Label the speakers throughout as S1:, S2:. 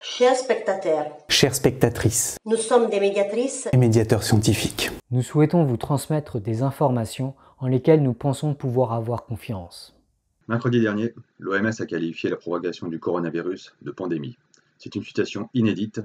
S1: Chers spectateurs,
S2: Chères spectatrices
S1: nous sommes des médiatrices
S2: et médiateurs scientifiques,
S3: Nous souhaitons vous transmettre des informations en lesquelles nous pensons pouvoir avoir confiance.
S4: Mercredi dernier, l'OMS a qualifié la propagation du coronavirus de pandémie. C'est une situation inédite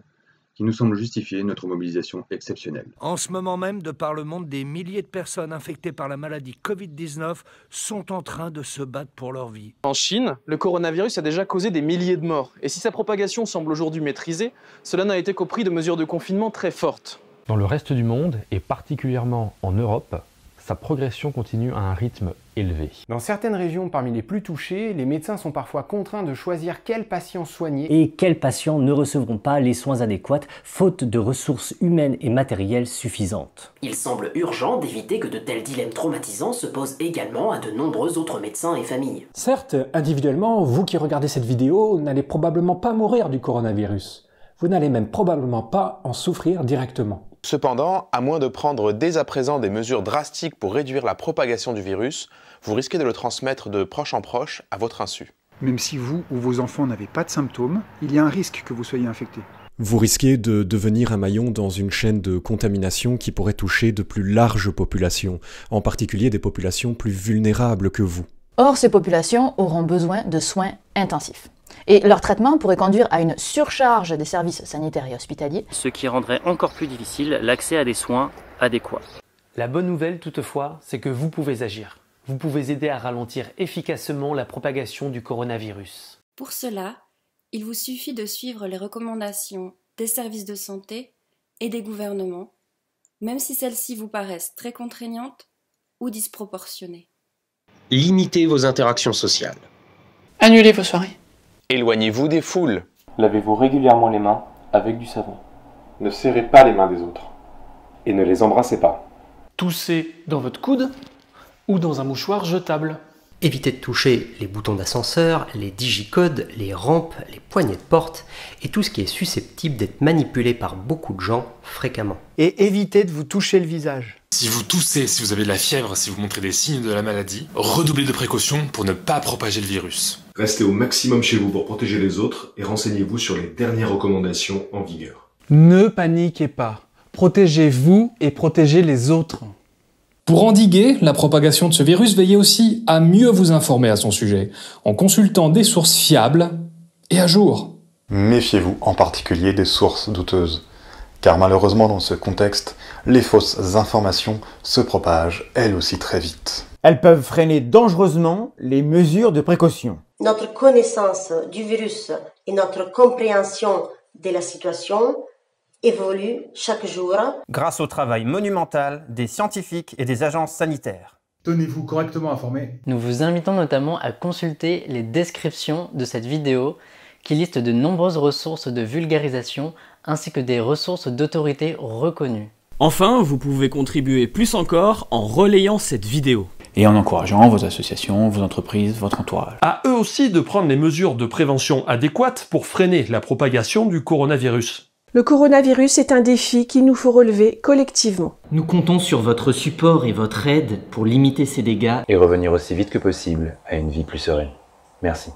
S4: qui nous semble justifier notre mobilisation exceptionnelle.
S5: En ce moment même, de par le monde, des milliers de personnes infectées par la maladie Covid-19 sont en train de se battre pour leur vie.
S6: En Chine, le coronavirus a déjà causé des milliers de morts, et si sa propagation semble aujourd'hui maîtrisée, cela n'a été qu'au prix de mesures de confinement très fortes.
S7: Dans le reste du monde, et particulièrement en Europe, sa progression continue à un rythme élevé.
S8: Dans certaines régions parmi les plus touchées, les médecins sont parfois contraints de choisir quels patients soigner.
S9: et quels patients ne recevront pas les soins adéquats faute de ressources humaines et matérielles suffisantes.
S10: Il semble urgent d'éviter que de tels dilemmes traumatisants se posent également à de nombreux autres médecins et familles.
S11: Certes, individuellement, vous qui regardez cette vidéo n'allez probablement pas mourir du coronavirus. Vous n'allez même probablement pas en souffrir directement.
S12: Cependant, à moins de prendre dès à présent des mesures drastiques pour réduire la propagation du virus, vous risquez de le transmettre de proche en proche à votre insu.
S13: Même si vous ou vos enfants n'avez pas de symptômes, il y a un risque que vous soyez infecté.
S7: Vous risquez de devenir un maillon dans une chaîne de contamination qui pourrait toucher de plus larges populations, en particulier des populations plus vulnérables que vous.
S14: Or, ces populations auront besoin de soins intensifs. Et leur traitement pourrait conduire à une surcharge des services sanitaires et hospitaliers.
S10: Ce qui rendrait encore plus difficile l'accès à des soins adéquats.
S6: La bonne nouvelle toutefois, c'est que vous pouvez agir. Vous pouvez aider à ralentir efficacement la propagation du coronavirus.
S14: Pour cela, il vous suffit de suivre les recommandations des services de santé et des gouvernements, même si celles-ci vous paraissent très contraignantes ou disproportionnées.
S5: Limitez vos interactions sociales.
S14: Annulez vos soirées.
S12: Éloignez-vous des foules.
S7: Lavez-vous régulièrement les mains avec du savon. Ne serrez pas les mains des autres. Et ne les embrassez pas.
S6: Toussez dans votre coude ou dans un mouchoir jetable.
S10: Évitez de toucher les boutons d'ascenseur, les digicodes, les rampes, les poignées de porte et tout ce qui est susceptible d'être manipulé par beaucoup de gens fréquemment.
S3: Et évitez de vous toucher le visage.
S7: Si vous toussez, si vous avez de la fièvre, si vous montrez des signes de la maladie, redoublez de précautions pour ne pas propager le virus.
S4: Restez au maximum chez vous pour protéger les autres et renseignez-vous sur les dernières recommandations en vigueur.
S8: Ne paniquez pas. Protégez-vous et protégez les autres.
S11: Pour endiguer la propagation de ce virus, veillez aussi à mieux vous informer à son sujet, en consultant des sources fiables et à jour.
S7: Méfiez-vous en particulier des sources douteuses, car malheureusement dans ce contexte, les fausses informations se propagent elles aussi très vite.
S8: Elles peuvent freiner dangereusement les mesures de précaution.
S1: notre connaissance du virus et notre compréhension de la situation évoluent chaque jour
S8: Grâce au travail monumental des scientifiques et des agences sanitaires.
S13: Tenez-vous correctement informé.
S3: Nous vous invitons notamment à consulter les descriptions de cette vidéo qui liste de nombreuses ressources de vulgarisation ainsi que des ressources d'autorité reconnues.
S7: Enfin, vous pouvez contribuer plus encore en relayant cette vidéo.
S8: Et en encourageant vos associations, vos entreprises, votre entourage.
S7: À eux aussi de prendre les mesures de prévention adéquates pour freiner la propagation du coronavirus.
S14: Le coronavirus est un défi qu'il nous faut relever collectivement.
S10: Nous comptons sur votre support et votre aide pour limiter ces dégâts
S7: et revenir aussi vite que possible à une vie plus sereine. Merci.